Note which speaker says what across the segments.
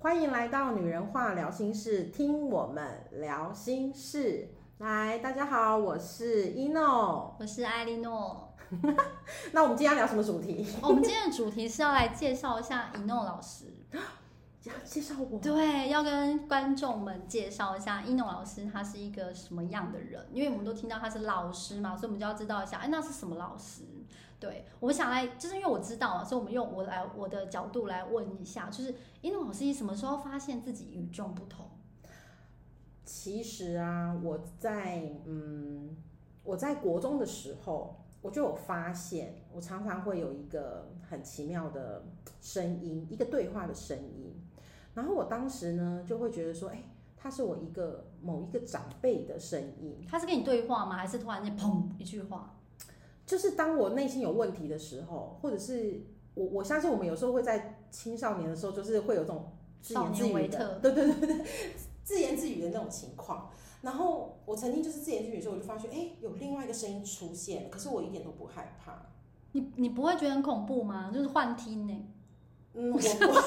Speaker 1: 欢迎来到女人话聊心事，听我们聊心事。来，大家好，我是一诺。
Speaker 2: 我是艾莉诺。哦
Speaker 1: 那我们今天要聊什么主题？
Speaker 2: 哦我们今天的主题是要来介绍一下一诺 老师，
Speaker 1: 要介绍我？
Speaker 2: 对，要跟观众们介绍一下一诺老师他是一个什么样的人，因为我们都听到他是老师嘛，所以我们就要知道一下，哎，那是什么老师？对，我想来，就是因为我知道啊，所以我们用我来我的角度来问一下，就是一诺老师，你什么时候发现自己与众不同？
Speaker 1: 其实啊，我在嗯，我在国中的时候，我就有发现，我常常会有一个很奇妙的声音，一个对话的声音。然后我当时呢，就会觉得说，哎、它是我一个某一个长辈的声音。
Speaker 2: 他是跟你对话吗？还是突然间砰一句话？
Speaker 1: 就是当我内心有问题的时候，或者是我我相信我们有时候会在青少年的时候，就是会有这种自
Speaker 2: 少
Speaker 1: 言自
Speaker 2: 年
Speaker 1: 语
Speaker 2: 维
Speaker 1: 的，
Speaker 2: 特，
Speaker 1: 对对对对，自言自语的那种情况。然后我曾经就是自言自语的时候，我就发现，哎，有另外一个声音出现了，可是我一点都不害怕。
Speaker 2: 你你不会觉得很恐怖吗？就是幻听呢、
Speaker 1: 嗯， 我我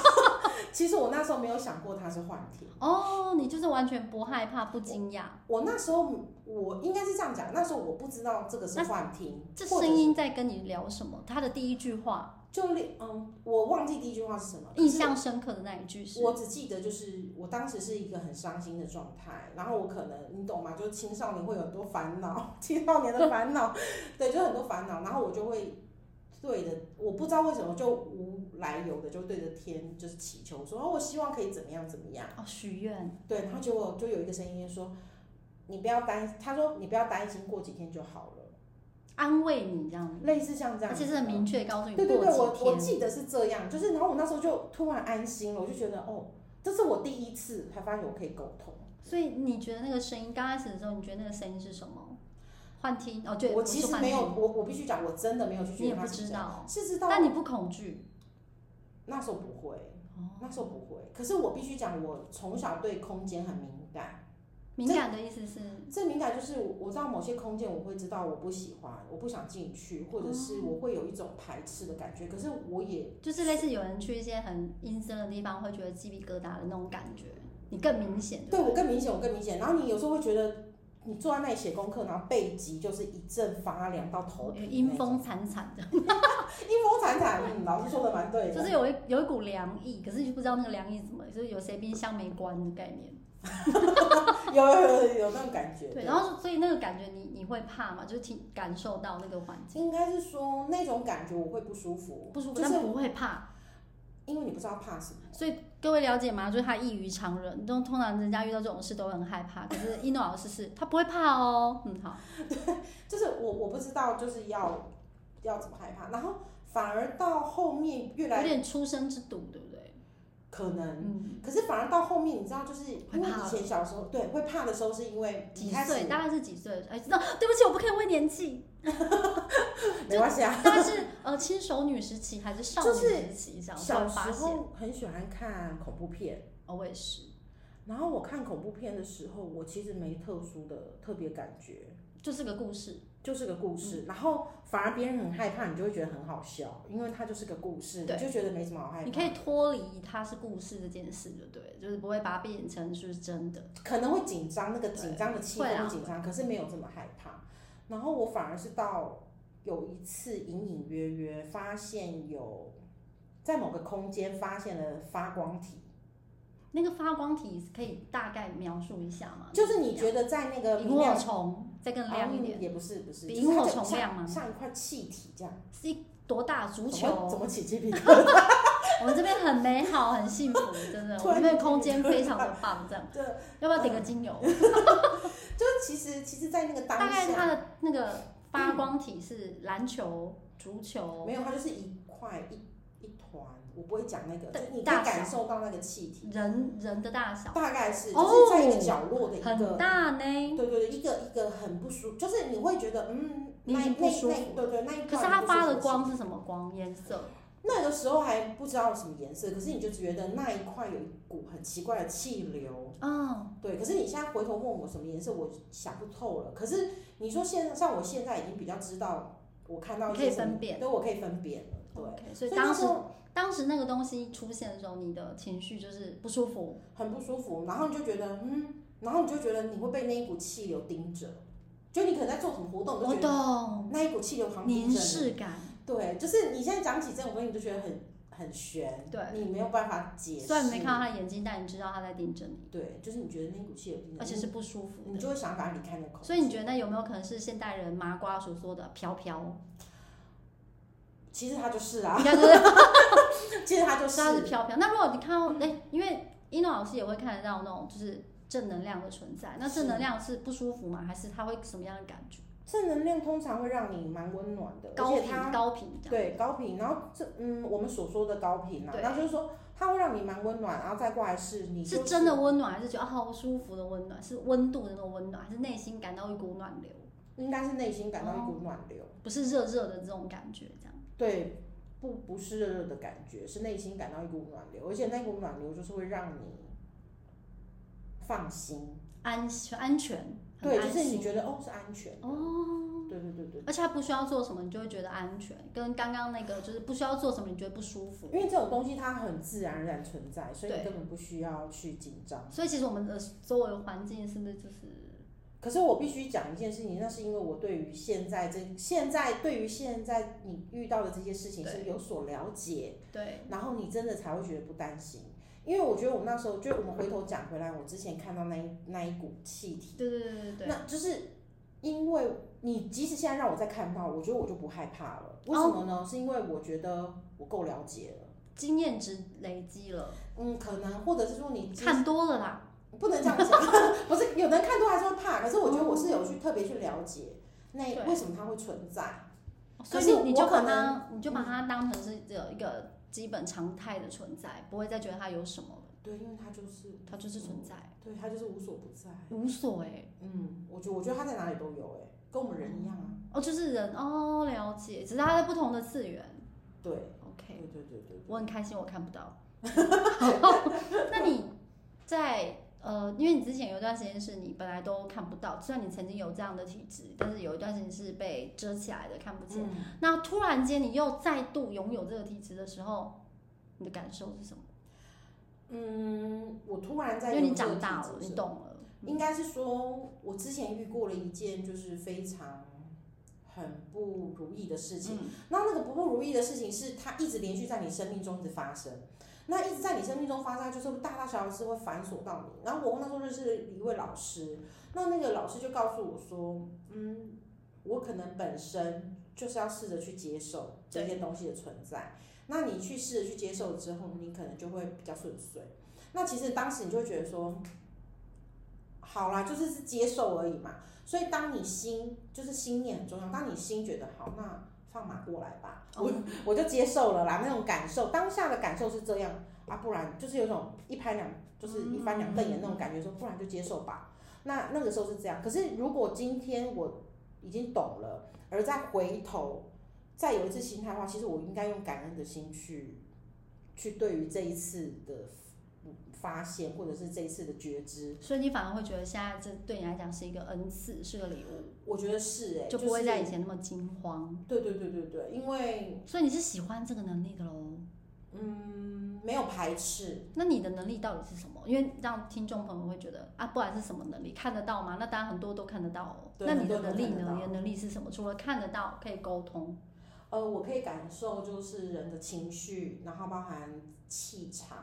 Speaker 1: 其实我那时候没有想过它是幻听。
Speaker 2: 哦，你就是完全不害怕、不惊讶，
Speaker 1: 我那时候我应该是这样讲，那时候我不知道这个是
Speaker 2: 那
Speaker 1: 幻听，
Speaker 2: 这
Speaker 1: 或者
Speaker 2: 声音在跟你聊什么？他的第一句话，
Speaker 1: 就另嗯，我忘记第一句话是什么，可
Speaker 2: 印
Speaker 1: 是
Speaker 2: 象深刻的那一句是，
Speaker 1: 我只记得就是我当时是一个很伤心的状态，然后我可能你懂吗？就是青少年会有很多烦恼，青少年的烦恼， 对，就很多烦恼，然后我就会对着我不知道为什么就无来由的就对着天就是祈求说，哦，我希望可以怎么样怎么样，
Speaker 2: 哦，许愿，
Speaker 1: 对，然后结果就有一个声音说，你不要担，他说你不要担心，过几天就好了，
Speaker 2: 安慰你这样子，
Speaker 1: 类似像这样
Speaker 2: 而
Speaker 1: 子
Speaker 2: 且
Speaker 1: 的，
Speaker 2: 是很明确告诉你
Speaker 1: 对
Speaker 2: 过
Speaker 1: 对对，我
Speaker 2: 几
Speaker 1: 我
Speaker 2: 天。
Speaker 1: 记得是这样，就是然后我那时候就突然安心了，我就觉得哦，这是我第一次才发现我可以沟通。
Speaker 2: 所以你觉得那个声音，刚开始的时候，你觉得那个声音是什么？幻听哦，对，
Speaker 1: 我
Speaker 2: 不是
Speaker 1: 其实
Speaker 2: 幻
Speaker 1: 没有，
Speaker 2: 听，
Speaker 1: 我我必须讲，我真的没有去
Speaker 2: 你
Speaker 1: 觉
Speaker 2: 也
Speaker 1: 得他
Speaker 2: 不
Speaker 1: 是
Speaker 2: 知
Speaker 1: 这样，
Speaker 2: 道，
Speaker 1: 是知道，
Speaker 2: 但你不恐惧
Speaker 1: 那时候不会，
Speaker 2: 哦。
Speaker 1: 那时候不会。可是我必须讲，我从小对空间很敏感，
Speaker 2: 敏感的意思是，
Speaker 1: 这敏感就是我我知道某些空间我会知道我不喜欢，我不想进去，或者
Speaker 2: 哦
Speaker 1: 是我会有一种排斥的感觉。可是我也
Speaker 2: 就是类似有人去一些很阴森的地方，会觉得鸡皮疙瘩的那种感觉，你更明显，对
Speaker 1: 对
Speaker 2: 不
Speaker 1: 我更明显，我更明显。然后你有时候会觉得。你坐在那里写功课，然后背脊就是一阵发凉到头
Speaker 2: 对？
Speaker 1: 皮，
Speaker 2: 阴风惨惨的，
Speaker 1: 阴风惨惨，嗯，老师说的蛮对的，
Speaker 2: 就是有一有一股凉意，可是你就不知道那个凉意怎么，就是有谁冰箱没关的概念。
Speaker 1: 有有有有有那种感觉。
Speaker 2: 对，然后所以那个感觉你你会怕嘛？就是挺感受到那个环境
Speaker 1: 应该是说那种感觉我会不舒服，
Speaker 2: 不舒服，
Speaker 1: 就是
Speaker 2: 但不会怕。
Speaker 1: 因为你不知道怕什么。
Speaker 2: 所以各位了解吗？就是他异于常人，都通常人家遇到这种事都很害 怕，可是一诺老师是他不会怕哦。嗯，好，
Speaker 1: 就是我我不知道就是要要怎么害怕，然后反而到后面越
Speaker 2: 有
Speaker 1: 来
Speaker 2: 点出生之毒，对不对？
Speaker 1: 可能，
Speaker 2: 嗯，
Speaker 1: 可是反而到后面你知道就是
Speaker 2: 会
Speaker 1: 因为
Speaker 2: 怕了
Speaker 1: 以前小时候对会怕的时候是因为哎你
Speaker 2: 几
Speaker 1: 开
Speaker 2: 岁？
Speaker 1: 始
Speaker 2: 大概是几岁？哎，那对不起，我不可以问 年纪，
Speaker 1: 没关系啊，
Speaker 2: 大概是呃轻熟女时期还是少女时期这样
Speaker 1: 小
Speaker 2: 会
Speaker 1: 时
Speaker 2: 发现？
Speaker 1: 候很喜欢看恐怖片。
Speaker 2: 哦，我也是，
Speaker 1: 然后我看恐怖片的时候，我其实没特殊的特别感觉，
Speaker 2: 就是个故事，
Speaker 1: 就是个故
Speaker 2: 嗯
Speaker 1: 事。然后反而别人很害怕，你就会觉得很好笑，因为它就是个故事，你
Speaker 2: 对
Speaker 1: 就觉得没什么好害怕。
Speaker 2: 你可以脱离它是故事这件事，就对了，就是不会把它变成是真的。
Speaker 1: 可能会紧张，那个
Speaker 2: 对
Speaker 1: 紧张的气
Speaker 2: 会
Speaker 1: 氛
Speaker 2: 啦
Speaker 1: 会紧张，可是没有这么害怕。然后我反而是到有一次隐隐约约发现有在某个空间发现了发光体，
Speaker 2: 那个发光体可以大概描述啊一下吗？
Speaker 1: 就是你觉得在那个
Speaker 2: 萤
Speaker 1: 明
Speaker 2: 火
Speaker 1: 亮
Speaker 2: 虫再更亮一点，
Speaker 1: 嗯也不是不是，
Speaker 2: 比
Speaker 1: 就是
Speaker 2: 萤火
Speaker 1: 它就
Speaker 2: 虫
Speaker 1: 像
Speaker 2: 亮吗
Speaker 1: 像一块气体这样。
Speaker 2: 是一多大的嗯足
Speaker 1: 怎么怎
Speaker 2: 球？
Speaker 1: 么起鸡 皮疙瘩？
Speaker 2: 我们这边很美好，很幸福，真的，
Speaker 1: 突
Speaker 2: 我
Speaker 1: 然
Speaker 2: 们这边空间非常的 棒，这样。
Speaker 1: 对，
Speaker 2: 要不要点个精油？
Speaker 1: 就是其实其实，在那个嗯当
Speaker 2: 大概
Speaker 1: 下，
Speaker 2: 它的那个发光体是篮球、足球、
Speaker 1: 没有，它就是一块一一团，我不会讲那个，就
Speaker 2: 大
Speaker 1: 是你可
Speaker 2: 大
Speaker 1: 以
Speaker 2: 小
Speaker 1: 感受到那个气体，
Speaker 2: 人人的大小，
Speaker 1: 大概是就
Speaker 2: 哦
Speaker 1: 是在一个角落的嗯一
Speaker 2: 很
Speaker 1: 个，
Speaker 2: 大呢。
Speaker 1: 对对对，一个一个很不舒，就是你会觉得嗯，
Speaker 2: 你已
Speaker 1: 那
Speaker 2: 经
Speaker 1: 那
Speaker 2: 不舒
Speaker 1: 那对对，那一
Speaker 2: 可是
Speaker 1: 块
Speaker 2: 它
Speaker 1: 不舒服
Speaker 2: 发的
Speaker 1: 气
Speaker 2: 光是什么光？颜色？
Speaker 1: 那个时候还不知道什么颜色，可是你就觉得那一块有一股很奇怪的气流，
Speaker 2: 嗯，
Speaker 1: 对。可是你现在回头问我什么颜色，我想不透了。可是你说现在，像我现在已经比较知道，我看到一
Speaker 2: 你可以
Speaker 1: 些什么
Speaker 2: 分辨哦
Speaker 1: 对，我可以分辨了，对。
Speaker 2: OK，所以
Speaker 1: 那
Speaker 2: 当时
Speaker 1: 时候
Speaker 2: 当时那个东西出现的时候，你的情绪就是不舒服，
Speaker 1: 很不舒服，然后你就觉得嗯，然后你就觉得你会被那一股气流盯着，就你可能在做什么活动，你
Speaker 2: 我
Speaker 1: 就觉得
Speaker 2: 懂，
Speaker 1: 那一股气流好像盯
Speaker 2: 凝
Speaker 1: 着你。
Speaker 2: 视感，
Speaker 1: 对，就是你现在讲起这种东西，你就觉得很很悬，
Speaker 2: 对，
Speaker 1: 你没有办法解释。
Speaker 2: 虽然没看到他的眼睛，但你知道他在盯着你，
Speaker 1: 对，就是你觉得那股气流盯着你，
Speaker 2: 而且是不舒服
Speaker 1: 你
Speaker 2: 的。
Speaker 1: 就会想把它离开那个空间。
Speaker 2: 所以你觉得那有没有可能是现代人麻瓜所说的“飘飘
Speaker 1: 其实它就是”？啊，
Speaker 2: 应该就是
Speaker 1: 其实它就是
Speaker 2: 它是 飘飘。那如果你看到哎、因为一诺老师也会看得到那种就是正能量的存在，那正能量是不舒服吗？还是他会什么样的感觉？
Speaker 1: 正能量，通常会让你蛮温暖的，
Speaker 2: 高
Speaker 1: 而且它
Speaker 2: 频高频这样。
Speaker 1: 对高频，然后这嗯，我们所说的高频啊，
Speaker 2: 对
Speaker 1: 然后就是说它会让你蛮温暖，然后再过来是你、就是
Speaker 2: 真的，温暖，还是觉得啊好舒服的温暖？是温度的那种温暖，还是内心感到一股暖流？
Speaker 1: 应该是内心感到一
Speaker 2: 哦
Speaker 1: 股暖流，
Speaker 2: 不是热热的这种感觉，这样。
Speaker 1: 对，不不是热热的感觉，是内心感到一股暖流，而且那股暖流就是会让你放心，
Speaker 2: 安全安全，很
Speaker 1: 对，
Speaker 2: 安
Speaker 1: 就是你
Speaker 2: 心
Speaker 1: 觉得哦是安全的，
Speaker 2: 哦，
Speaker 1: 对对对对，
Speaker 2: 而且他不需要做什么，你就会觉得安全，跟刚刚那个就是不需要做什么，你觉得不舒服。
Speaker 1: 因为这种东西它很自然而然存在，所以你
Speaker 2: 对
Speaker 1: 根本不需要去紧张。
Speaker 2: 所以其实我们的周围环境是不是就是
Speaker 1: 可是我必须讲一件事情，那是因为我对于现在这现在对于现在你遇到的这些事情
Speaker 2: 对
Speaker 1: 是有所了解，
Speaker 2: 对
Speaker 1: 然后你真的才会觉得不担心。因为我觉得我那时候，就我们回头讲回来，我之前看到那一那一股气体，
Speaker 2: 对对嗯对对对，
Speaker 1: 那就是因为你即使现在让我再看到，我觉得我就不害怕了。为什么
Speaker 2: 哦
Speaker 1: 呢？是因为我觉得我够了解了。
Speaker 2: 经验值累积了，
Speaker 1: 嗯，可能或者是说你
Speaker 2: 看多了啦，
Speaker 1: 不能这样 讲，不是有的人看多还是会怕，可是
Speaker 2: 哦
Speaker 1: 我觉得我是有去特别去了解那
Speaker 2: 对
Speaker 1: 为什么它会存在。
Speaker 2: 所
Speaker 1: 可
Speaker 2: 以
Speaker 1: 是
Speaker 2: 你你就
Speaker 1: 我可
Speaker 2: 把它你就把它当成是有一个基本常态的存在，不会再觉得它有什么了，
Speaker 1: 对，因为它就是
Speaker 2: 它就是存在，
Speaker 1: 对它就是无所不在。
Speaker 2: 无所哎、
Speaker 1: 嗯，我觉我觉得它在哪里都有哎、跟我们人一样啊。
Speaker 2: 哦，就是人哦，了解，只是它在不同的次元。
Speaker 1: 对，对
Speaker 2: OK，
Speaker 1: 对对对对。
Speaker 2: 我很开心我看 不到。那你在呃，因为你之前有一段时间是你本来都看不到，虽然你曾经有这样的体质，但是有一段时间是被遮起来的，看不见。
Speaker 1: 嗯，
Speaker 2: 那突然间你又再度拥有这个体质的时候，你的感受是什么？
Speaker 1: 嗯，我突然在
Speaker 2: 因为你
Speaker 1: 有这个
Speaker 2: 长大
Speaker 1: 体质
Speaker 2: 了，
Speaker 1: 的
Speaker 2: 你
Speaker 1: 时候
Speaker 2: 懂了。
Speaker 1: 应该是说，我之前遇过了一件就是非常很不如意的事情。那那个不不如意的事情是，它一直连续在你生命中一直发生。那一直在你生命中发生，它就是大大小小的事会反锁到你。然后我那时候认识一位老师，那那个老师就告诉我说，嗯，我可能本身就是要试着去接受这些东西的存在。那你去试着去接受之后，你可能就会比较顺遂。那其实当时你就会觉得说，好啦，就是是接受而已嘛。所以当你心就是心念很重要，当你心觉得好，那放马过来吧，我 我就接受了啦。那种感受，当下的感受是这样啊，不然就是有种一拍两，就是一翻两瞪眼那种感觉，说不然就接受吧。那那个时候是这样，可是如果今天我已经懂了，而再回头再有一次心态的话，其实我应该用感恩的心去去对于这一次的嗯发现，或者是这一次的觉知，
Speaker 2: 所以你反而会觉得现在这对你来讲是一个恩赐，是个礼物，
Speaker 1: 我觉得是哎、
Speaker 2: 就不会在以
Speaker 1: 是
Speaker 2: 前那么惊慌。
Speaker 1: 对对对对对，因为
Speaker 2: 所以你是喜欢这个能力的喽？
Speaker 1: 嗯没有排斥，
Speaker 2: 那你的能力到底是什么？因为让听众朋友会觉得啊，不管是什么能力，看得到吗？那当然很多都看得到哦。
Speaker 1: 对
Speaker 2: 那你的
Speaker 1: 很多
Speaker 2: 能
Speaker 1: 都
Speaker 2: 力
Speaker 1: 看得
Speaker 2: 呢？
Speaker 1: 到
Speaker 2: 你的能力是什么？除了看得到，可以沟通，
Speaker 1: 呃，我可以感受就是人的情绪，然后包含气场，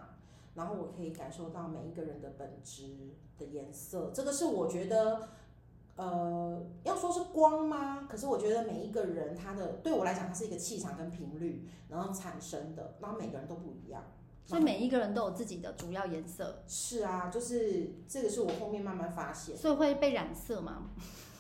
Speaker 1: 然后我可以感受到每一个人的本质的颜色，这个是我觉得。呃，要说是光吗？可是我觉得每一个人他的对我来讲，它是一个气场跟频率，然后产生的，然后每个人都不一样。
Speaker 2: 所以每一个人都有自己的主要颜色，
Speaker 1: 是啊，就是这个是我后面慢慢发现。
Speaker 2: 所以会被染色嘛？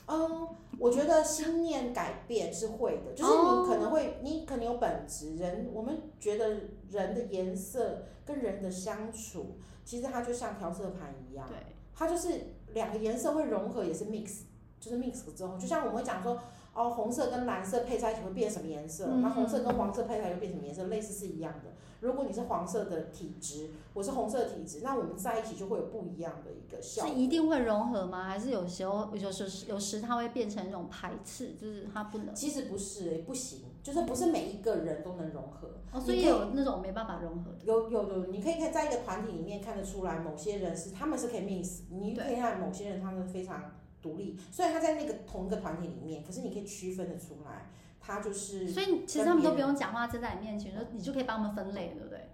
Speaker 1: 嗯，我觉得心念改变是会的，就是
Speaker 2: 哦
Speaker 1: 你可能会，你可能有本质人，我们觉得人的颜色跟人的相处，其实它就像调色盘一样，
Speaker 2: 对，
Speaker 1: 它就是两个颜色会融合，也是 mix，就是 mix 之后，就像我们会讲说，哦，红色跟蓝色配在一起会变什么颜色，
Speaker 2: 嗯
Speaker 1: 那、红色跟黄色配在一起会变什么颜色，类似是一样的。如果你是黄色的体质，我是红色的体质，那我们在一起就会有不一样的一个效
Speaker 2: 是
Speaker 1: 果。
Speaker 2: 一定会融合吗？还是有时候有时有时它会变成一种排斥，就是它不能？
Speaker 1: 其实不是、欸，不行，就是不是每一个人都能融合。
Speaker 2: 哦，所以
Speaker 1: 你可以
Speaker 2: 有那种没办法融合的。
Speaker 1: 有有的，你可以看在一个团体里面看得出来，某些人是他们是可以 mix，你可以看某些人他们非常独立，虽然他在那个同一个团体里面，可是你可以区分得出来，他就是
Speaker 2: 所以其实他们都不用讲话，站在你面前，就你就可以帮他们分类，对不对？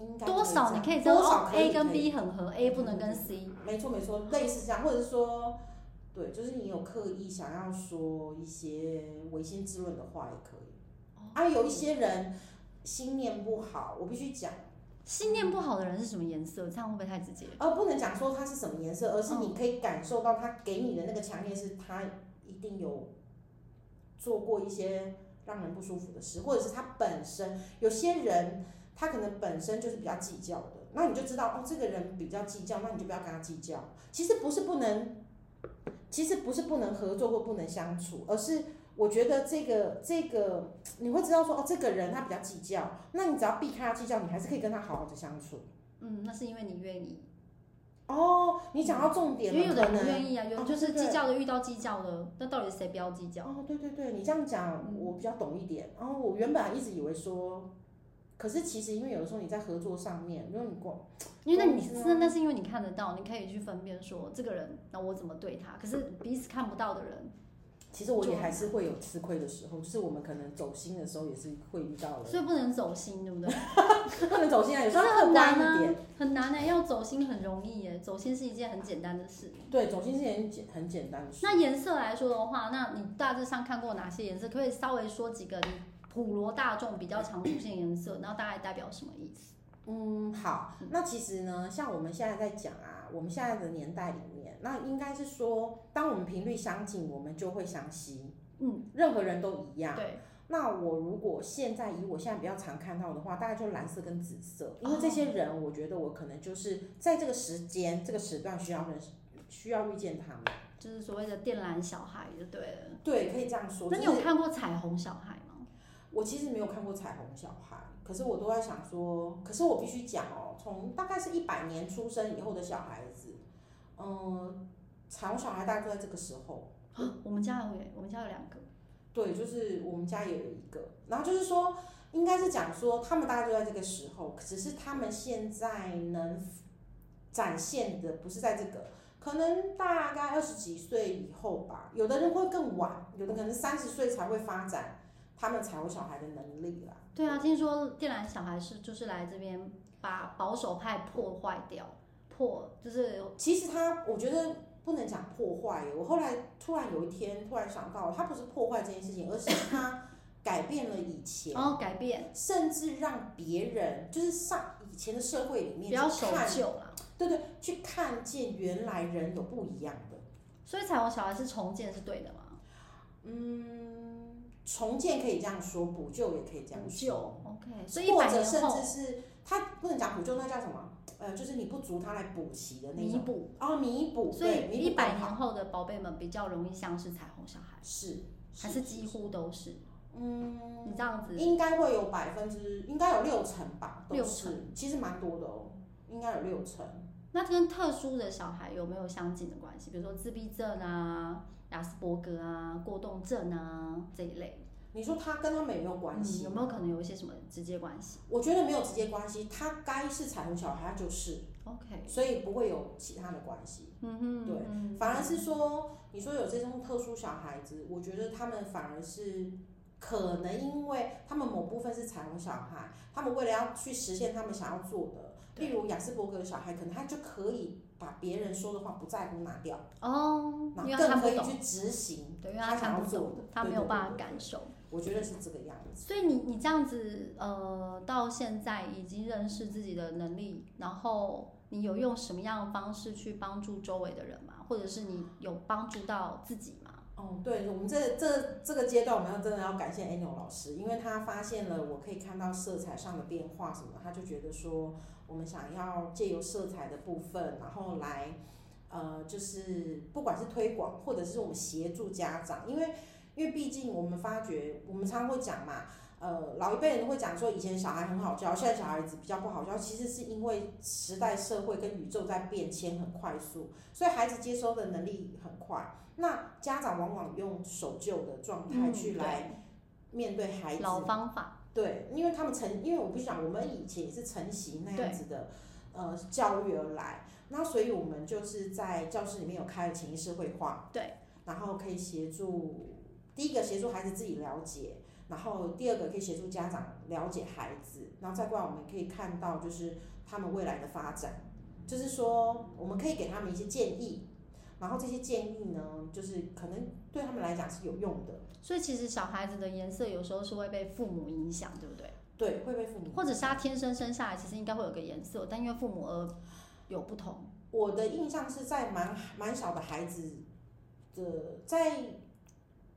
Speaker 1: 应该
Speaker 2: 多少你可以知道
Speaker 1: 多少
Speaker 2: 哦
Speaker 1: 可以嗯
Speaker 2: ，A
Speaker 1: 可
Speaker 2: 跟
Speaker 1: 以
Speaker 2: B 很合，A 不能跟 C。
Speaker 1: 没错没错，类似这样，或者是说，对，就是你有刻意想要说一些违心之论的话也可以。啊，有一些人心念不好，我必须讲，
Speaker 2: 信念不好的人是什么颜色？这样会不会太直接？
Speaker 1: 而哦不能讲说他是什么颜色，而是你可以感受到他给你的那个强烈是他一定有做过一些让人不舒服的事，或者是他本身有些人他可能本身就是比较计较的，那你就知道哦，这个人比较计较，那你就不要跟他计较。其实不是不能，其实不是不能合作或不能相处，而是。我觉得这个这个你会知道说哦，这个人他比较计较，那你只要避开他计较，你还是可以跟他好好的相处。
Speaker 2: 嗯，那是因为你愿意，
Speaker 1: 哦，你讲到重点
Speaker 2: 嗯因
Speaker 1: 了，
Speaker 2: 为有的人
Speaker 1: 可
Speaker 2: 不
Speaker 1: 能
Speaker 2: 愿意啊，有
Speaker 1: 哦
Speaker 2: 就是
Speaker 1: 对对
Speaker 2: 计较的遇到计较的，那到底谁不要计较？
Speaker 1: 哦，对对对，你这样
Speaker 2: 嗯
Speaker 1: 讲我比较懂一点。然、后我原本一直以为说，可是其实因为有的时候你在合作上面，如果你光
Speaker 2: 因为那你
Speaker 1: 我知道
Speaker 2: 那那是因为你看得到，你可以去分辨说这个人，那我怎么对他？可是彼此看不到的人，
Speaker 1: 其实我也还是会有吃亏的时候，就是我们可能走心的时候也是会遇到的，
Speaker 2: 所以不能走心，对不对？
Speaker 1: 不能走心啊，有时候
Speaker 2: 可是
Speaker 1: 客
Speaker 2: 很难
Speaker 1: 观一
Speaker 2: 啊
Speaker 1: 点。，
Speaker 2: 很难哎、要走心很容易耶、走心是一件很简单的事。
Speaker 1: 对，走心是很简很简单的事。
Speaker 2: 那颜色来说的话，那你大致上看过哪些颜色？可不可以稍微说几个你普罗大众比较常出现颜色，然后大概代表什么意思？
Speaker 1: 嗯，好，那其实呢，像我们现在在讲啊，我们现在的年代里面，那应该是说，当我们频率相近，我们就会相吸。
Speaker 2: 嗯，
Speaker 1: 任何人都一样。
Speaker 2: 对，
Speaker 1: 那我如果现在以我现在比较常看到的话，大概就蓝色跟紫色，因为这
Speaker 2: 哦
Speaker 1: 些人，我觉得我可能就是在这个时间、这个时段需要认识、需要遇见他们。
Speaker 2: 就是所谓的电缆小孩就对了。
Speaker 1: 对，可以这样说。
Speaker 2: 那你
Speaker 1: 就
Speaker 2: 有
Speaker 1: 是
Speaker 2: 看过彩虹小孩吗？
Speaker 1: 我其实没有看过彩虹小孩，可是我都在想说，可是我必须讲哦，从大概是一百年出生以后的小孩子，嗯，彩虹小孩大概就在这个时候，
Speaker 2: 啊，我们家有耶，我们家有两个。
Speaker 1: 对，就是我们家也有一个，然后就是说，应该是讲说他们大概就在这个时候，只是他们现在能展现的不是在这个，可能大概二十几岁以后吧，有的人会更晚，有的可能三十岁才会发展他们才有小孩的能力啦。
Speaker 2: 对啊，听说电缆小孩是就是来这边把保守派破坏掉，破就是
Speaker 1: 其实他，我觉得不能讲破坏耶。我后来突然有一天突然想到，他不是破坏这件事情，而是他改变了以前，
Speaker 2: 然后哦改变，
Speaker 1: 甚至让别人就是上以前的社会里
Speaker 2: 不
Speaker 1: 面
Speaker 2: 要
Speaker 1: 去
Speaker 2: 守
Speaker 1: 看，
Speaker 2: 旧啦。
Speaker 1: 对对，去看见原来人有不一样的。
Speaker 2: 所以彩虹小孩是重建是对的吗？
Speaker 1: 嗯，重建可以这样说，补救也可以这样
Speaker 2: 补救
Speaker 1: 说，
Speaker 2: ，OK。所以一
Speaker 1: 或
Speaker 2: 百
Speaker 1: 者甚
Speaker 2: 年后
Speaker 1: 至是他不能讲补救，那叫什么？呃，就是你不足他来补齐的那
Speaker 2: 弥
Speaker 1: 种，
Speaker 2: 补。
Speaker 1: 哦，弥补，
Speaker 2: 所以
Speaker 1: 对弥
Speaker 2: 一
Speaker 1: 补
Speaker 2: 百
Speaker 1: 更好
Speaker 2: 年后的宝贝们比较容易像是彩虹小孩，
Speaker 1: 是
Speaker 2: 还是几乎都是？嗯，你这样子
Speaker 1: 应该会有百分之，应该有六成吧，都
Speaker 2: 六
Speaker 1: 是，其实蛮多的哦，应该有六成。
Speaker 2: 那跟特殊的小孩有没有相近的关系？比如说自闭症啊、雅斯伯格啊、过动症啊这一类，
Speaker 1: 你说他跟他们有没有关系？
Speaker 2: 嗯有没有可能有一些什么直接关系
Speaker 1: 我觉得没有直接关系，他该是彩虹小孩，他就是，
Speaker 2: ？OK，
Speaker 1: 所以不会有其他的关系。
Speaker 2: 嗯哼，
Speaker 1: 对
Speaker 2: 嗯
Speaker 1: 反而是说，你说有这种特殊小孩子，我觉得他们反而是可能因为他们某部分是彩虹小孩，他们为了要去实现他们想要做的，
Speaker 2: 对
Speaker 1: 例如雅斯伯格的小孩，可能他就可以把别人说的话不在乎拿掉，
Speaker 2: 哦，
Speaker 1: 那
Speaker 2: 因为他
Speaker 1: 更
Speaker 2: 看
Speaker 1: 可
Speaker 2: 不
Speaker 1: 以
Speaker 2: 懂，
Speaker 1: 去执行。
Speaker 2: 对，因为他
Speaker 1: 想
Speaker 2: 看
Speaker 1: 要
Speaker 2: 不
Speaker 1: 做
Speaker 2: 懂
Speaker 1: 的，，
Speaker 2: 他
Speaker 1: 对
Speaker 2: 没有办。
Speaker 1: 对
Speaker 2: 法
Speaker 1: 对
Speaker 2: 感受。
Speaker 1: 我觉得是这个样子。
Speaker 2: 所以你你这样子呃，到现在已经认识自己的能力，然后你有用什么样的方式去帮助周围的人吗？或者是你有帮助到自己吗？
Speaker 1: 哦，对，我们这这这个阶段，我们要真的要感谢 Anno 老师，因为他发现了我可以看到色彩上的变化什么，他就觉得说，我们想要借由色彩的部分，然后来，呃，就是不管是推广，或者是我们协助家长，因为因为毕竟我们发觉，我们常常会讲嘛。呃，老一辈人会讲说，以前小孩很好教，现在小孩子比较不好教，其实是因为时代、社会跟宇宙在变迁很快速，所以孩子接收的能力很快。那家长往往用守旧的状态去来、面对孩子
Speaker 2: 嗯老方法，
Speaker 1: 对，因为他们承，因为我必须讲，我们以前也是承袭那样子的呃教育而来，那所以我们就是在教室里面有开了潜意识绘画，
Speaker 2: 对，
Speaker 1: 然后可以协助第一个协助孩子自己了解，然后第二个可以协助家长了解孩子，然后再过来我们可以看到就是他们未来的发展，就是说我们可以给他们一些建议。然后这些建议呢，就是可能对他们来讲是有用的，
Speaker 2: 所以其实小孩子的颜色有时候是会被父母影响，对不对？
Speaker 1: 对，会被父母
Speaker 2: 或者是他天生生下来其实应该会有个颜色，但因为父母而有不同。
Speaker 1: 我的印象是在蛮蛮小的孩子的，在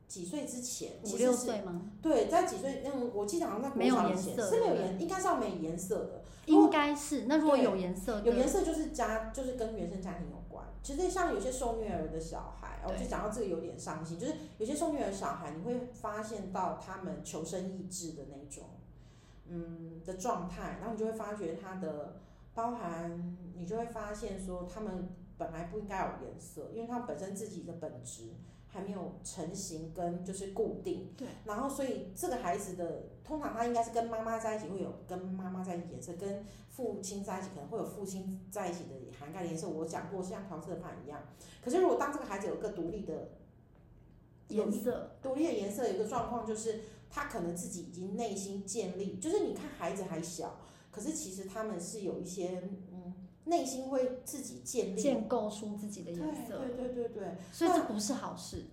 Speaker 1: 几岁之前，
Speaker 2: 五
Speaker 1: 其
Speaker 2: 六
Speaker 1: 实是
Speaker 2: 岁吗？
Speaker 1: 对，在几岁，嗯，我记得好像在国
Speaker 2: 没有
Speaker 1: 小
Speaker 2: 颜
Speaker 1: 以前
Speaker 2: 色
Speaker 1: 是没有
Speaker 2: 对
Speaker 1: 颜，应该是要没颜色的。
Speaker 2: 应该是。那如果
Speaker 1: 对
Speaker 2: 有颜色的，
Speaker 1: 有颜色就是家，就是跟原生家庭有关。其实像有些受虐儿的小孩，我
Speaker 2: 对
Speaker 1: 就讲到这个有点伤心，就是有些受虐儿小孩，你会发现到他们求生意志的那种，嗯的状态，然后你就会发觉他的包含，你就会发现说他们本来不应该有颜色，因为他们本身自己的本质还没有成型跟就是固定。
Speaker 2: 对。
Speaker 1: 然后所以这个孩子的通常他应该是跟妈妈在一起会有跟妈妈在一起颜色，跟父亲在一起可能会有父亲在一起的涵盖的颜色。我讲过像调色盘一样，可是如果当这个孩子有一个独立的有
Speaker 2: 颜
Speaker 1: 一
Speaker 2: 色，
Speaker 1: 独立的颜色有一个状况，就是他可能自己已经内心建立，就是你看孩子还小，可是其实他们是有一些嗯内心会自己建立。
Speaker 2: 建构出自己的
Speaker 1: 对
Speaker 2: 颜色，
Speaker 1: 对对对对，
Speaker 2: 所以这不是好事，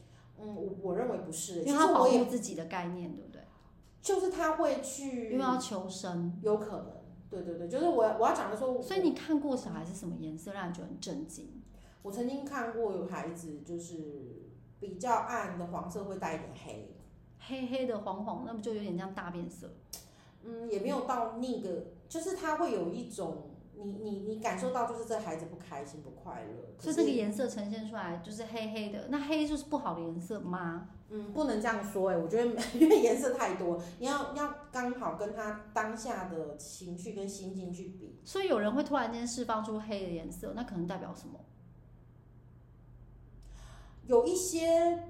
Speaker 1: 嗯，我我认为不是，
Speaker 2: 因
Speaker 1: 其实
Speaker 2: 为它保
Speaker 1: 我
Speaker 2: 护
Speaker 1: 也
Speaker 2: 自己的概念，对不对？
Speaker 1: 就是他会去，
Speaker 2: 因为要求生。
Speaker 1: 有可能，对对对，就是我我要讲的说，我
Speaker 2: 所以你看过小孩是什么颜色，让你觉得很震惊？
Speaker 1: 我曾经看过有孩子就是比较暗的黄色会带一点黑，
Speaker 2: 黑黑的、黄黄，那不就有点像大变色？
Speaker 1: 嗯，也没有到那个，就是他会有一种你你你感受到就是这孩子不开心不快乐，可
Speaker 2: 所以
Speaker 1: 是
Speaker 2: 这个颜色呈现出来就是黑黑的，那黑就是不好的颜色吗？
Speaker 1: 嗯不能这样说哎、我觉得因为颜色太多，你要要刚好跟他当下的情绪跟心境去比，
Speaker 2: 所以有人会突然间释放出黑的颜色，那可能代表什么？
Speaker 1: 有一些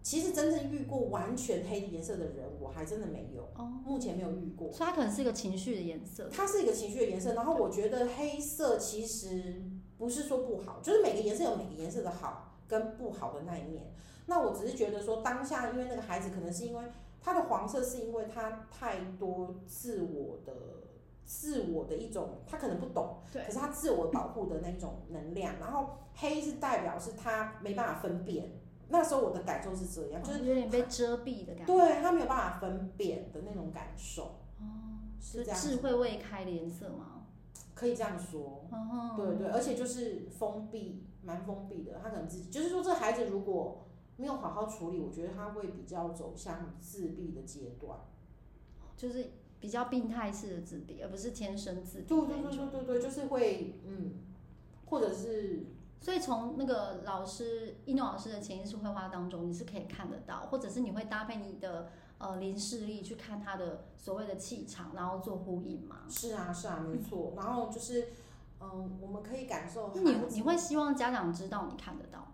Speaker 1: 其实真正遇过完全黑的颜色的人，我还真的没有，
Speaker 2: 哦，
Speaker 1: 目前没有遇过。
Speaker 2: 所以它可能是一个情绪的颜色。
Speaker 1: 它是一个情绪的颜色，然后我觉得黑色其实不是说不好，就是每个颜色有每个颜色的好跟不好的那一面。那我只是觉得说当下，因为那个孩子可能是因为他的黄色是因为他太多自我的自我的一种，他可能不懂，
Speaker 2: 对
Speaker 1: 可是他自我保护的那种能量，然后黑是代表是他没办法分辨。那时候我的感受是这样，就是
Speaker 2: 哦有点被遮蔽的感觉。
Speaker 1: 对他没有办法分辨的那种感受，
Speaker 2: 哦，
Speaker 1: 是
Speaker 2: 就
Speaker 1: 这样
Speaker 2: 智
Speaker 1: 子，
Speaker 2: 慧未开的颜色吗？
Speaker 1: 可以这样说。
Speaker 2: 哦，
Speaker 1: 对对，而且就是封闭，蛮封闭的。他可能自己就是说，这孩子如果没有好好处理，我觉得他会比较走向自闭的阶段。
Speaker 2: 就是比较病态式的自闭，而不是天生自
Speaker 1: 对
Speaker 2: 闭
Speaker 1: 对
Speaker 2: 那
Speaker 1: 对
Speaker 2: 一种。
Speaker 1: 对对对，就是会嗯，或者是
Speaker 2: 所以从那个老师一诺老师的潜意识绘画当中，你是可以看得到，或者是你会搭配你的呃零视力去看他的所谓的气场，然后做呼应嘛？
Speaker 1: 是啊是啊，没错。然后就是嗯，我们可以感受
Speaker 2: 嗯那你
Speaker 1: 孩子
Speaker 2: 你会希望家长知道你看得到，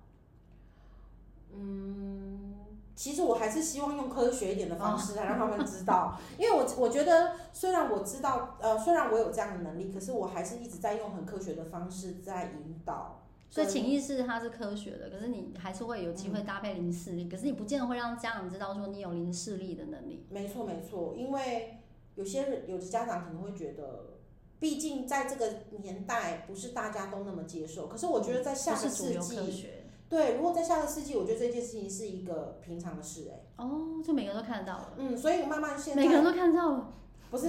Speaker 1: 嗯，其实我还是希望用科学一点的
Speaker 2: 哦
Speaker 1: 方式来让他们知道，因为我我觉得虽然我知道，呃，虽然我有这样的能力，可是我还是一直在用很科学的方式在引导。
Speaker 2: 所以
Speaker 1: 跟
Speaker 2: 潜意识它是科学的，可是你还是会有
Speaker 1: 嗯
Speaker 2: 机会搭配零视力，可是你不见得会让家长知道说你有零视力的能力。
Speaker 1: 没错没错，因为有些人有的家长可能会觉得，毕竟在这个年代不是大家都那么接受。可是我觉得在下
Speaker 2: 不
Speaker 1: 个
Speaker 2: 是主
Speaker 1: 世
Speaker 2: 流科
Speaker 1: 纪，
Speaker 2: 学
Speaker 1: 对，如果在下个世纪，我觉得这件事情是一个平常的事、欸。
Speaker 2: 哦，就每个人都看得到了，
Speaker 1: 嗯，所以慢慢现
Speaker 2: 每个人
Speaker 1: 在
Speaker 2: 都看到了，
Speaker 1: 不是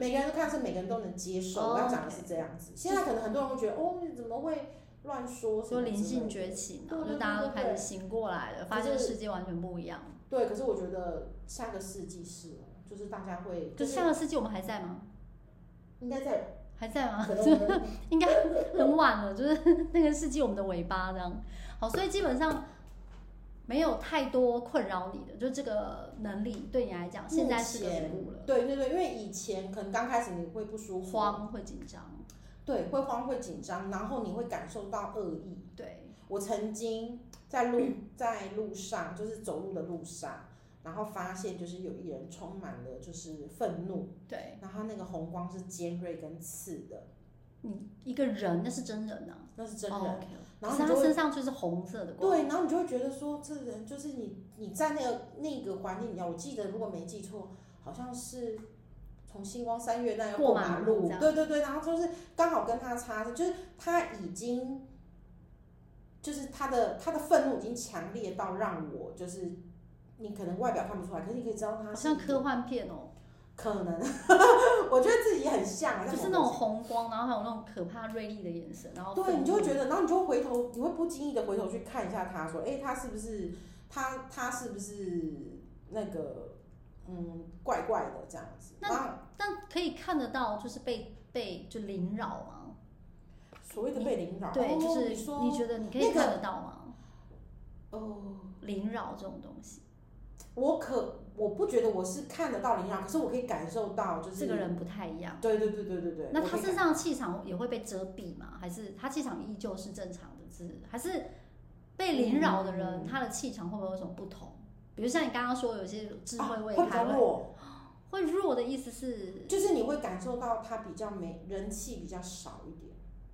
Speaker 1: 每个人都看是每个人都能接受。
Speaker 2: 哦
Speaker 1: 我要讲的
Speaker 2: OK
Speaker 1: 是这样子，现在可能很多人会觉得，哦，你怎么会乱说什
Speaker 2: 说
Speaker 1: 么
Speaker 2: 灵
Speaker 1: 之
Speaker 2: 性
Speaker 1: 类
Speaker 2: 觉
Speaker 1: 的
Speaker 2: 醒啊，
Speaker 1: 对对
Speaker 2: 就大家都
Speaker 1: 对对
Speaker 2: 开始醒过来了，发现
Speaker 1: 就是
Speaker 2: 世界完全不一样。
Speaker 1: 对，可是我觉得下个世纪是哦，就是大家会，
Speaker 2: 就是下个世纪我们还在吗？
Speaker 1: 应该在
Speaker 2: 还在吗？
Speaker 1: 可能我们
Speaker 2: 应该很晚了，就是 那个世纪我们的尾巴这样。好，所以基本上没有太多困扰你的，就这个能力对你来讲现在是个礼物了。
Speaker 1: 对对对，因为以前可能刚开始你会不舒服，
Speaker 2: 慌会紧张，
Speaker 1: 对，会慌会紧张，然后你会感受到恶意。
Speaker 2: 对，
Speaker 1: 我曾经在路在路上，就是走路的路上，然后发现就是有一人充满了就是愤怒，
Speaker 2: 对，
Speaker 1: 然后他那个红光是尖锐跟刺的，
Speaker 2: 你一个人那是真人呐、
Speaker 1: 那是真人。
Speaker 2: 哦，OK，
Speaker 1: 然后
Speaker 2: 可是
Speaker 1: 你
Speaker 2: 他
Speaker 1: 就会
Speaker 2: 身上就是红色的光，
Speaker 1: 对，然后你就会觉得说，这人就是你，你在那个那个环境里面，我记得如果没记错，好像是从星光三月那要
Speaker 2: 过
Speaker 1: 过
Speaker 2: 马
Speaker 1: 马
Speaker 2: 路
Speaker 1: 路
Speaker 2: 这，样
Speaker 1: 对对对，然后就是刚好跟他擦身，就是他已经，就是他的他的愤怒已经强烈到让我就是，你可能外表看不出来，可是你可以知道他
Speaker 2: 好
Speaker 1: 啊是
Speaker 2: 像
Speaker 1: 一个
Speaker 2: 科幻片哦，
Speaker 1: 可能， 我觉得自己很像，啊
Speaker 2: 就
Speaker 1: 像某
Speaker 2: 是那种
Speaker 1: 个
Speaker 2: 红光，然后还有那种可怕锐利的眼神，然后
Speaker 1: 对，
Speaker 2: 愤
Speaker 1: 你就会
Speaker 2: 怒
Speaker 1: 觉得，然后你就会回头，你会不经意的回头去看一下他，说，哎、他是不是他他是不是那个嗯怪怪的这样子？
Speaker 2: 那
Speaker 1: 然后
Speaker 2: 但可以看得到，就是被被就凌扰吗？
Speaker 1: 所谓的被领导，
Speaker 2: 对，
Speaker 1: 哦、
Speaker 2: 就是
Speaker 1: 你说
Speaker 2: 你觉得你可以
Speaker 1: 那个
Speaker 2: 看得到吗？
Speaker 1: 哦，
Speaker 2: 凌扰这种东西，
Speaker 1: 我可我不觉得我是看得到领导，可是我可以感受到，就是
Speaker 2: 这个，人不太一样。
Speaker 1: 对对对对对对，
Speaker 2: 那
Speaker 1: 我可
Speaker 2: 他
Speaker 1: 以啊
Speaker 2: 身
Speaker 1: 感
Speaker 2: 上气场也会被遮蔽吗？还是他气场依旧是正常的？是还是
Speaker 1: 嗯
Speaker 2: 被凌扰的人，他的气场会不会有什么不同？比如像你刚刚说，有些智慧
Speaker 1: 啊
Speaker 2: 未
Speaker 1: 会比
Speaker 2: 开
Speaker 1: 较
Speaker 2: 会、
Speaker 1: 弱，
Speaker 2: 会弱的意思是，
Speaker 1: 就是你会感受到他比较没人气比较少一点。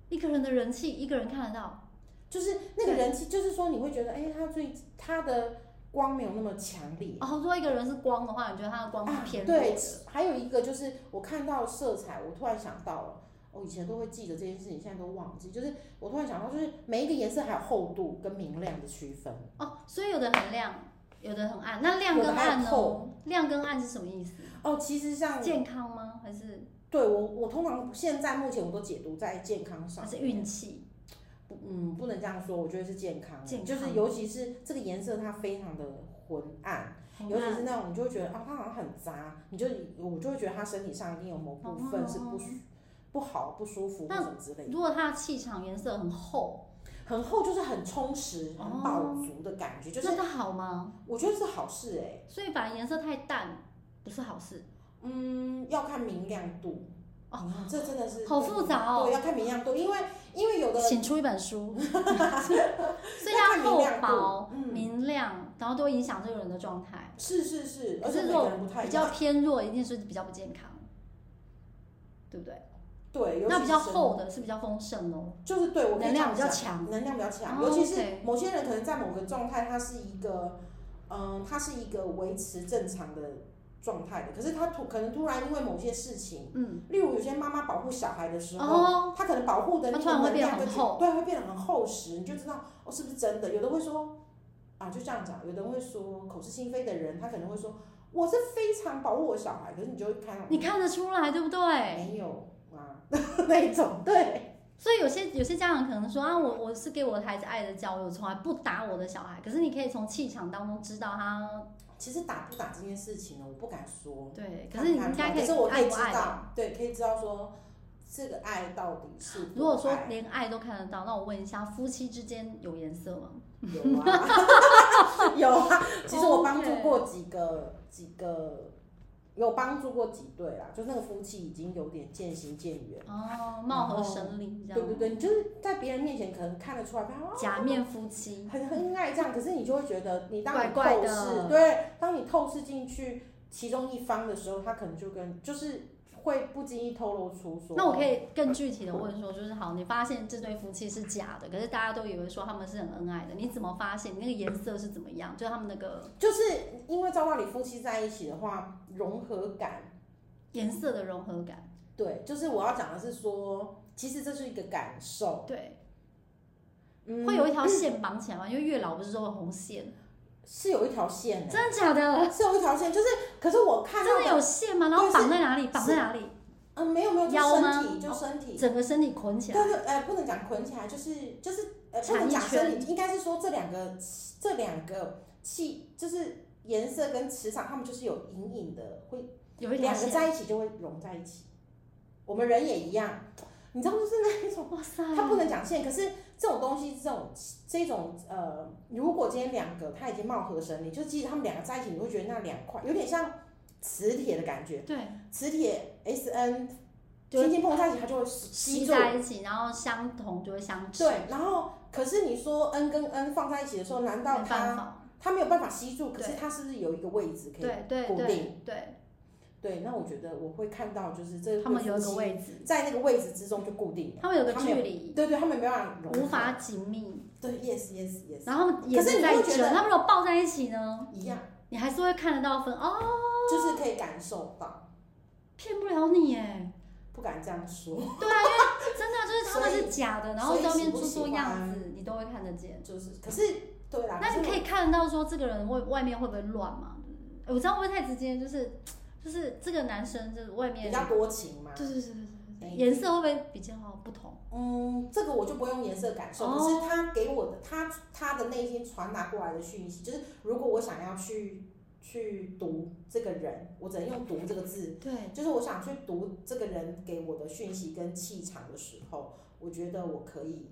Speaker 2: 一个人的人气，一个人看得到，
Speaker 1: 就是那个
Speaker 2: 对
Speaker 1: 人气，就是说你会觉得，哎、他最他的光没有那么强烈。
Speaker 2: 哦，如果一个人是光的话，你觉得他的光是偏弱的？
Speaker 1: 啊对，还有一个就是我看到色彩，我突然想到了，哦我以前都会记得这件事情，现在都忘记。就是我突然想到，就是每一个颜色还有厚度跟明亮的区分。
Speaker 2: 哦，所以有的很亮，有的很暗。那亮
Speaker 1: 有
Speaker 2: 跟
Speaker 1: 的还有
Speaker 2: 暗呢
Speaker 1: 透？
Speaker 2: 亮跟暗是什么意思？
Speaker 1: 哦，其实像
Speaker 2: 健康吗？还是
Speaker 1: 对我，我通常现在目前我都解读在健康
Speaker 2: 还
Speaker 1: 上，
Speaker 2: 是运气？
Speaker 1: 不嗯，不能这样说，我觉得是健康，
Speaker 2: 健康
Speaker 1: 就是尤其是这个颜色它非常的昏暗。尤其是那种你就会觉得啊，他好像很杂，你就我就会觉得他身体上一定有某部分是不舒、不好、不舒服或
Speaker 2: 哦那
Speaker 1: 什么之类的，
Speaker 2: 如果他的气场颜色很厚，
Speaker 1: 很厚就是很充实、
Speaker 2: 哦
Speaker 1: 很饱足的感觉，就是
Speaker 2: 那它好吗？
Speaker 1: 我觉得是好事哎、
Speaker 2: 所以反而颜色太淡不是好事，
Speaker 1: 嗯，要看明亮度
Speaker 2: 哦
Speaker 1: 嗯这真的是
Speaker 2: 好复杂哦
Speaker 1: 对，要看明亮度，因为因为有的
Speaker 2: 请出一 本书。所以
Speaker 1: 要
Speaker 2: 它
Speaker 1: 看明
Speaker 2: 厚
Speaker 1: 亮
Speaker 2: 薄
Speaker 1: 度，、嗯，
Speaker 2: 明亮，然后都会影响这个人的状态。
Speaker 1: 是是是，
Speaker 2: 可
Speaker 1: 而且
Speaker 2: 是
Speaker 1: 每
Speaker 2: 如
Speaker 1: 个
Speaker 2: 果
Speaker 1: 人不太
Speaker 2: 比
Speaker 1: 一
Speaker 2: 较
Speaker 1: 样，
Speaker 2: 偏弱，一定是比较不健康，对不对？
Speaker 1: 对，尤其
Speaker 2: 那比较
Speaker 1: 是
Speaker 2: 厚的是比较丰盛哦，
Speaker 1: 就是对我可以
Speaker 2: 能
Speaker 1: 这样
Speaker 2: 量比较
Speaker 1: 讲
Speaker 2: 强。
Speaker 1: 能量比较强，
Speaker 2: 哦
Speaker 1: 尤其是
Speaker 2: OK
Speaker 1: 某些人可能在某个状态，他是一个，嗯、他是一个维持正常的状态的，可是他突可能突然因为某些事情，
Speaker 2: 嗯，
Speaker 1: 例如有些妈妈保护小孩的时候。
Speaker 2: 哦，
Speaker 1: 他可能保护的那
Speaker 2: 他突然
Speaker 1: 个
Speaker 2: 会
Speaker 1: 能
Speaker 2: 变
Speaker 1: 量
Speaker 2: 很
Speaker 1: 就觉
Speaker 2: 厚
Speaker 1: 对，会变得很厚实，你就知道哦是不是真的。有的会说啊，就这样讲；有的会说口是心非的人，他可能会说我是非常保护我小孩，可是你就会看到
Speaker 2: 你看得出来，对不对？
Speaker 1: 没有啊 那一种，对，
Speaker 2: 所以有些有些家长可能说啊，我我是给我的孩子爱的教育，我从来不打我的小孩。可是你可以从气场当中知道他
Speaker 1: 其实打不打这件事情呢，我不敢说，
Speaker 2: 对，可
Speaker 1: 看
Speaker 2: 是你
Speaker 1: 看
Speaker 2: 应该
Speaker 1: 吧
Speaker 2: 可以
Speaker 1: 是我可
Speaker 2: 爱
Speaker 1: 以
Speaker 2: 不
Speaker 1: 知
Speaker 2: 爱啊吧。
Speaker 1: 道，对，可以知道说这个爱到底是
Speaker 2: 如果
Speaker 1: 否
Speaker 2: 说
Speaker 1: 嗯爱
Speaker 2: 连爱都看得到，那我问一下，夫妻之间有颜色吗？
Speaker 1: 有啊， 有啊，其实我帮助
Speaker 2: 哦 OK
Speaker 1: 过几个几个，有帮助过几对啦，就那个夫妻已经有点渐行渐远。
Speaker 2: 哦，貌合神离这
Speaker 1: 对
Speaker 2: 样
Speaker 1: 对，对，你就是在别人面前可能看得出来，他哦
Speaker 2: 假面夫妻。
Speaker 1: 很很恩爱这样，可是你就会觉得，你当你透视，
Speaker 2: 怪怪的
Speaker 1: 对，当你透视进去其中一方的时候，他可能就跟就是会不经意透露出说，
Speaker 2: 那我可以更具体的问说，就是好，你发现这对夫妻是假的，可是大家都以为说他们是很恩爱的，你怎么发现？你那个颜色是怎么样？就是他们那个
Speaker 1: 就是因为照道理夫妻在一起的话，融合感，
Speaker 2: 颜色的融合感。
Speaker 1: 对，就是我要讲的是说，其实这是一个感受，
Speaker 2: 对，
Speaker 1: 哦嗯，
Speaker 2: 会有一条线绑起来吗？因为月老不是都有红线，
Speaker 1: 是有一条线的、
Speaker 2: 真的假的？
Speaker 1: 是有一条线，就是可是我嗯看到
Speaker 2: 真的有线吗？然后
Speaker 1: 对是
Speaker 2: 绑在哪里？绑在哪里？
Speaker 1: 嗯，没有没有，就
Speaker 2: 腰
Speaker 1: 身
Speaker 2: 吗
Speaker 1: 体就身体，
Speaker 2: 整个身体捆起
Speaker 1: 对
Speaker 2: 来。
Speaker 1: 对，呃，不能讲捆起来，就是就是呃，不
Speaker 2: 缠
Speaker 1: 能
Speaker 2: 一
Speaker 1: 讲身体，
Speaker 2: 圈
Speaker 1: 应该是说这两个这两个气就是颜色跟磁场，它们就是有隐隐的会
Speaker 2: 有一条
Speaker 1: 两个
Speaker 2: 线，
Speaker 1: 在一起就会融在一起。我们人也一样，你知道就是那一种。
Speaker 2: 哇塞！
Speaker 1: 它不能讲线，可是这种东西，这种这种呃，如果今天两个他已经貌合神离，就即使他们两个在一起，你会觉得那两块有点像磁铁的感觉，
Speaker 2: 对，
Speaker 1: 磁铁 S N
Speaker 2: 嗯就
Speaker 1: 轻轻碰在一起，它就会吸
Speaker 2: 吸
Speaker 1: 住。
Speaker 2: 在一起，然后相同就会相斥，
Speaker 1: 对，然后可是你说 N 跟 N 放在一起的时候，难道
Speaker 2: 没办
Speaker 1: 它
Speaker 2: 法。
Speaker 1: 它没有办法吸住，可是
Speaker 2: 对
Speaker 1: 它是不是有一个位置可以？
Speaker 2: 对对
Speaker 1: 固
Speaker 2: 对
Speaker 1: 定
Speaker 2: 对，
Speaker 1: 对，那我觉得我会看到，就是这
Speaker 2: 他们
Speaker 1: 对
Speaker 2: 有一
Speaker 1: 夫
Speaker 2: 个
Speaker 1: 妻
Speaker 2: 位置，
Speaker 1: 在那个位置之中就固定了，
Speaker 2: 他们有个
Speaker 1: 他们有
Speaker 2: 距离，
Speaker 1: 对对，他们没办法融合
Speaker 2: 无法紧密，
Speaker 1: 对，yes yes yes，
Speaker 2: 然后也
Speaker 1: 可是你
Speaker 2: 在
Speaker 1: 会觉
Speaker 2: 折，
Speaker 1: 得
Speaker 2: 他们如果抱在一起呢，
Speaker 1: 一样，
Speaker 2: 你还是会看得到分哦，
Speaker 1: 就是可以感受到，
Speaker 2: 骗不了你哎，
Speaker 1: 不敢这样说，
Speaker 2: 真的就是他们
Speaker 1: 所以
Speaker 2: 是假的，然后
Speaker 1: 所以
Speaker 2: 在外
Speaker 1: 喜
Speaker 2: 面
Speaker 1: 不
Speaker 2: 做
Speaker 1: 喜
Speaker 2: 做样
Speaker 1: 欢
Speaker 2: 子，你都会看得见。
Speaker 1: 就是可是对啊啦，
Speaker 2: 那你可
Speaker 1: 以
Speaker 2: 以看得到说这个人外外面会不会乱吗？哎我这样会不会太直接？就是就是这个男生就是外
Speaker 1: 比
Speaker 2: 面，
Speaker 1: 较多情嘛，
Speaker 2: 对对对对对对，
Speaker 1: 哎
Speaker 2: 颜色会不会比较不同？
Speaker 1: 嗯，这个我就不用颜色感受，
Speaker 2: 哦
Speaker 1: 可是他给我的他他的内心传达过来的讯息，就是如果我想要去去读这个人，我只能用“读”这个字，哎
Speaker 2: 对，
Speaker 1: 就是我想去读这个人给我的讯息跟气场的时候，我觉得我可以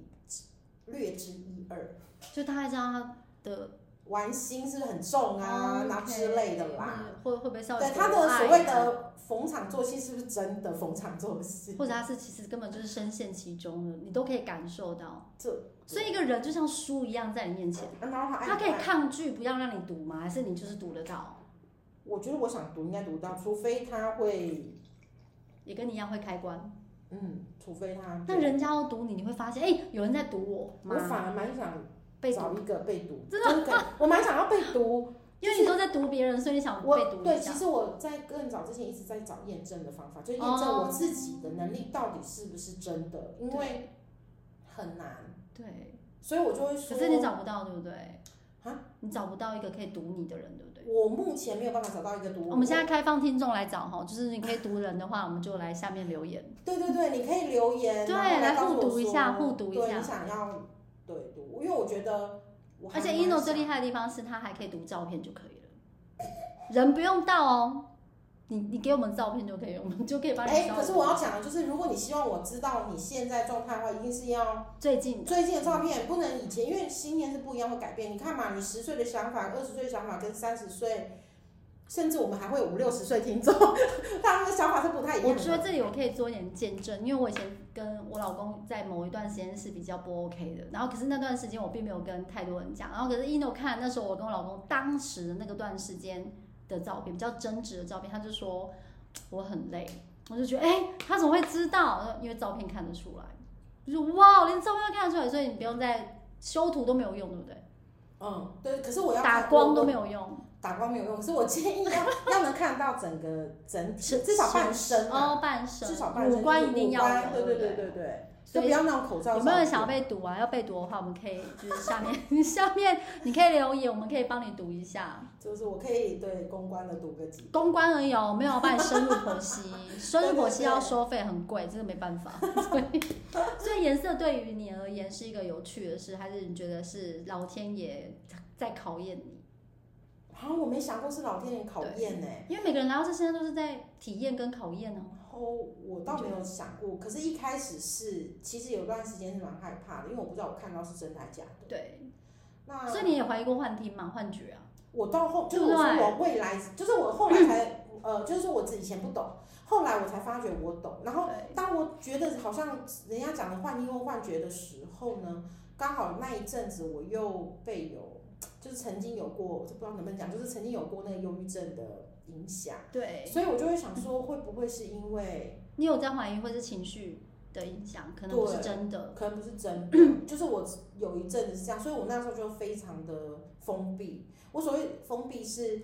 Speaker 1: 略知一二。
Speaker 2: 就大概知道他的
Speaker 1: 玩心是不是很重啊，
Speaker 2: 哦
Speaker 1: 然后
Speaker 2: OK，嗯
Speaker 1: 之类的啦。
Speaker 2: 会会不会稍微
Speaker 1: 对他
Speaker 2: 有
Speaker 1: 的
Speaker 2: 爱
Speaker 1: 所谓，的逢场作戏是不是真的逢场作戏？
Speaker 2: 或者他是其实根本就是深陷其中了，你都可以感受到。
Speaker 1: 这
Speaker 2: 所以一个人就像书一样在你面前，
Speaker 1: 啊然后他爱
Speaker 2: 他可以
Speaker 1: 看
Speaker 2: 抗拒不要让你读吗？还是你就是读得到，
Speaker 1: 我觉得我想读应该读到，除非他会，
Speaker 2: 也跟你一样会开关？
Speaker 1: 嗯，除非他。
Speaker 2: 那人家要读你，你会发现，哎，有人在读我
Speaker 1: 我
Speaker 2: 吗？
Speaker 1: 反而蛮想
Speaker 2: 被读
Speaker 1: 找一个被读，
Speaker 2: 真
Speaker 1: 的可以，我蛮想要被 读。
Speaker 2: 因为你都在读别人，所以你想被
Speaker 1: 我
Speaker 2: 读
Speaker 1: 对，
Speaker 2: 一
Speaker 1: 其
Speaker 2: 下。
Speaker 1: 实我在更早之前一直在找验证的方法，就是验
Speaker 2: 哦
Speaker 1: 证我自己的能力到底是不是真的，因为很难，
Speaker 2: 对，
Speaker 1: 所以我就会
Speaker 2: 可
Speaker 1: 说，
Speaker 2: 是你找不到，对不对？
Speaker 1: 啊，
Speaker 2: 你找不到一个可以读你的人，对不对？
Speaker 1: 我目前没有办法找到一个读。
Speaker 2: 我们现在开放听众来找哈，就是你可以读人的话，我们就来下面留言。
Speaker 1: 对对对，你可以留言，
Speaker 2: 对
Speaker 1: 然后
Speaker 2: 来
Speaker 1: 告诉
Speaker 2: 互
Speaker 1: 我
Speaker 2: 读一下
Speaker 1: 说
Speaker 2: 互读一
Speaker 1: 对
Speaker 2: 下
Speaker 1: 你想要对读，因为我觉得我还
Speaker 2: 而且
Speaker 1: 蛮
Speaker 2: ino 最
Speaker 1: 想
Speaker 2: 厉害的地方是他还可以读照片就可以了，人不用到哦，你你给我们照片就可以，我们就可以帮你
Speaker 1: 哎、
Speaker 2: 照顾。
Speaker 1: 可是我要讲的就是，如果你希望我知道你现在状态的话，一定是要
Speaker 2: 最近的
Speaker 1: 最近的照片，不能以前，因为新年是不一样，会改变。你看嘛，你十岁的想法、二十岁的想法跟三十岁，甚至我们还会有五六十岁听众， 他们的想法是不太一
Speaker 2: 我
Speaker 1: 样
Speaker 2: 觉得
Speaker 1: 的。
Speaker 2: 这里我可以做一点见证，因为我以前跟我老公在某一段时间是比较不 OK 的，然后可是那段时间我并没有跟太多人讲，然后可是 ino 看那时候我跟我老公当时的那个段时间的照片，比较争执的照片，他就说我很累，我就觉得哎、他怎么会知道？因为照片看得出来，我就哇，连照片都看得出来，所以你不用再修图都没有用，对不对？
Speaker 1: 嗯，对。可是我要
Speaker 2: 打
Speaker 1: 看
Speaker 2: 光都
Speaker 1: 我
Speaker 2: 没有用，
Speaker 1: 打光没有用，可是我建议要 要能看到整个整体，
Speaker 2: 是
Speaker 1: 至少半身啊，
Speaker 2: 哦，半身
Speaker 1: 至少半身，
Speaker 2: 五官
Speaker 1: 就是
Speaker 2: 一定要
Speaker 1: 五
Speaker 2: 有
Speaker 1: 官对对
Speaker 2: 对
Speaker 1: 对
Speaker 2: 不
Speaker 1: 对对，就
Speaker 2: 所以
Speaker 1: 不要那种口罩。
Speaker 2: 有没有人想要？被读啊？要被读的话，我们可以就是下面 下面你可以留言，我们可以帮你读一下。
Speaker 1: 就是我可以对公关的读个几
Speaker 2: 公关而已哦，没有帮你深入剖析，深入剖析要收费很贵，这个没办法。 所以，所以颜色对于你而言是一个有趣的事，还是你觉得是老天爷在考验你？
Speaker 1: 啊，我没想过是老天爷考验呢、
Speaker 2: 因为每个人来到这世上都是在体验跟考验哦。
Speaker 1: 然后我倒没有想过，可是一开始是，其实有段时间是蛮害怕的，因为我不知道我看到是真的还假的。
Speaker 2: 对，
Speaker 1: 那
Speaker 2: 所以你也怀疑过幻听嘛，幻觉啊？
Speaker 1: 我到后，就是我
Speaker 2: 对不
Speaker 1: 说
Speaker 2: 对
Speaker 1: 我未来，就是我后来才，呃，就是说我以前不懂，后来我才发觉我懂。然后
Speaker 2: 对
Speaker 1: 当我觉得好像人家讲的幻听或幻觉的时候呢，刚好那一阵子我又被有，就是曾经有过，我就不知道能不能讲，就是曾经有过那个忧郁症的影响。
Speaker 2: 对，
Speaker 1: 所以我就会想说，会不会是因为
Speaker 2: 你有在怀疑或是情绪的影响，可能不是
Speaker 1: 对
Speaker 2: 真的。
Speaker 1: 可能不是真的，就是我有一阵子是这样，所以我那时候就非常的封闭。我所谓封闭是，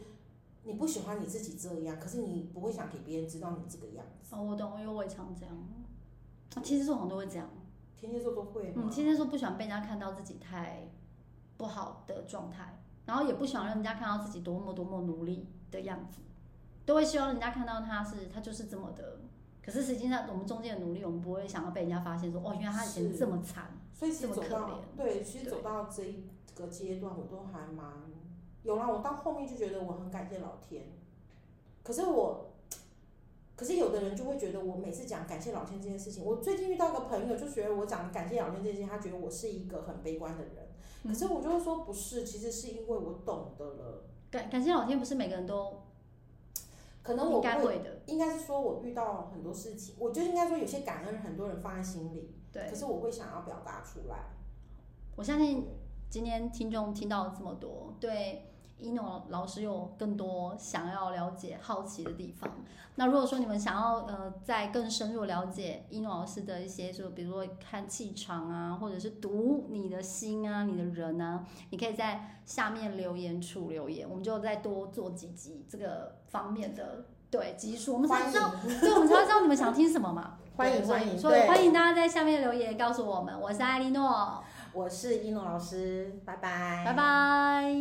Speaker 1: 你不喜欢你自己这样，可是你不会想给别人知道你这个样子。
Speaker 2: 哦，我懂，因为我也常这样。啊天蝎座好像都会这样。
Speaker 1: 天蝎座都会
Speaker 2: 嗯，
Speaker 1: 吗？
Speaker 2: 天蝎座不喜欢被人家看到自己太不好的状态，然后也不喜欢让人家看到自己多么多么努力的样子，都会希望人家看到他是他就是这么的。可是实际上，我们中间的努力，我们不会想要被人家发现说，哦，原来他以前
Speaker 1: 是
Speaker 2: 这么惨。
Speaker 1: 所以其实走
Speaker 2: 这么可
Speaker 1: 到
Speaker 2: 怜
Speaker 1: 对，其实
Speaker 2: 对
Speaker 1: 走到这一个阶段，我都还蛮有啦。我到后面就觉得我很感谢老天，可是我，可是有的人就会觉得我每次讲感谢老天这件事情，我最近遇到一个朋友就觉得我讲感谢老天这件事情，他觉得我是一个很悲观的人。可
Speaker 2: 嗯
Speaker 1: 是我就会说不是，其实是因为我懂得了，
Speaker 2: 感感谢老天，不是每个人都
Speaker 1: 可能
Speaker 2: 应
Speaker 1: 我
Speaker 2: 该
Speaker 1: 会
Speaker 2: 会的。
Speaker 1: 应该是说我遇到很多事情，我就应该说有些感恩，很多人放在心里，
Speaker 2: 对
Speaker 1: 可，是我会想要表达出来。
Speaker 2: 我相信今天听众听到了这么多，对一诺老师有更多想要了解、好奇的地方。那如果说你们想要呃再更深入了解一诺老师的一些，就比如说看气场啊，或者是读你的心啊、你的人啊，你可以在下面留言处留言，我们就再多做几集这个方面的对集数，我们才知道，对，我们才会知道你们想听什么嘛。
Speaker 1: 欢迎
Speaker 2: 对
Speaker 1: 欢迎
Speaker 2: 所以
Speaker 1: 对
Speaker 2: 欢迎大家在下面留言告诉我们。我是艾莉诺，
Speaker 1: 我是一诺老师，拜拜，
Speaker 2: 拜。拜。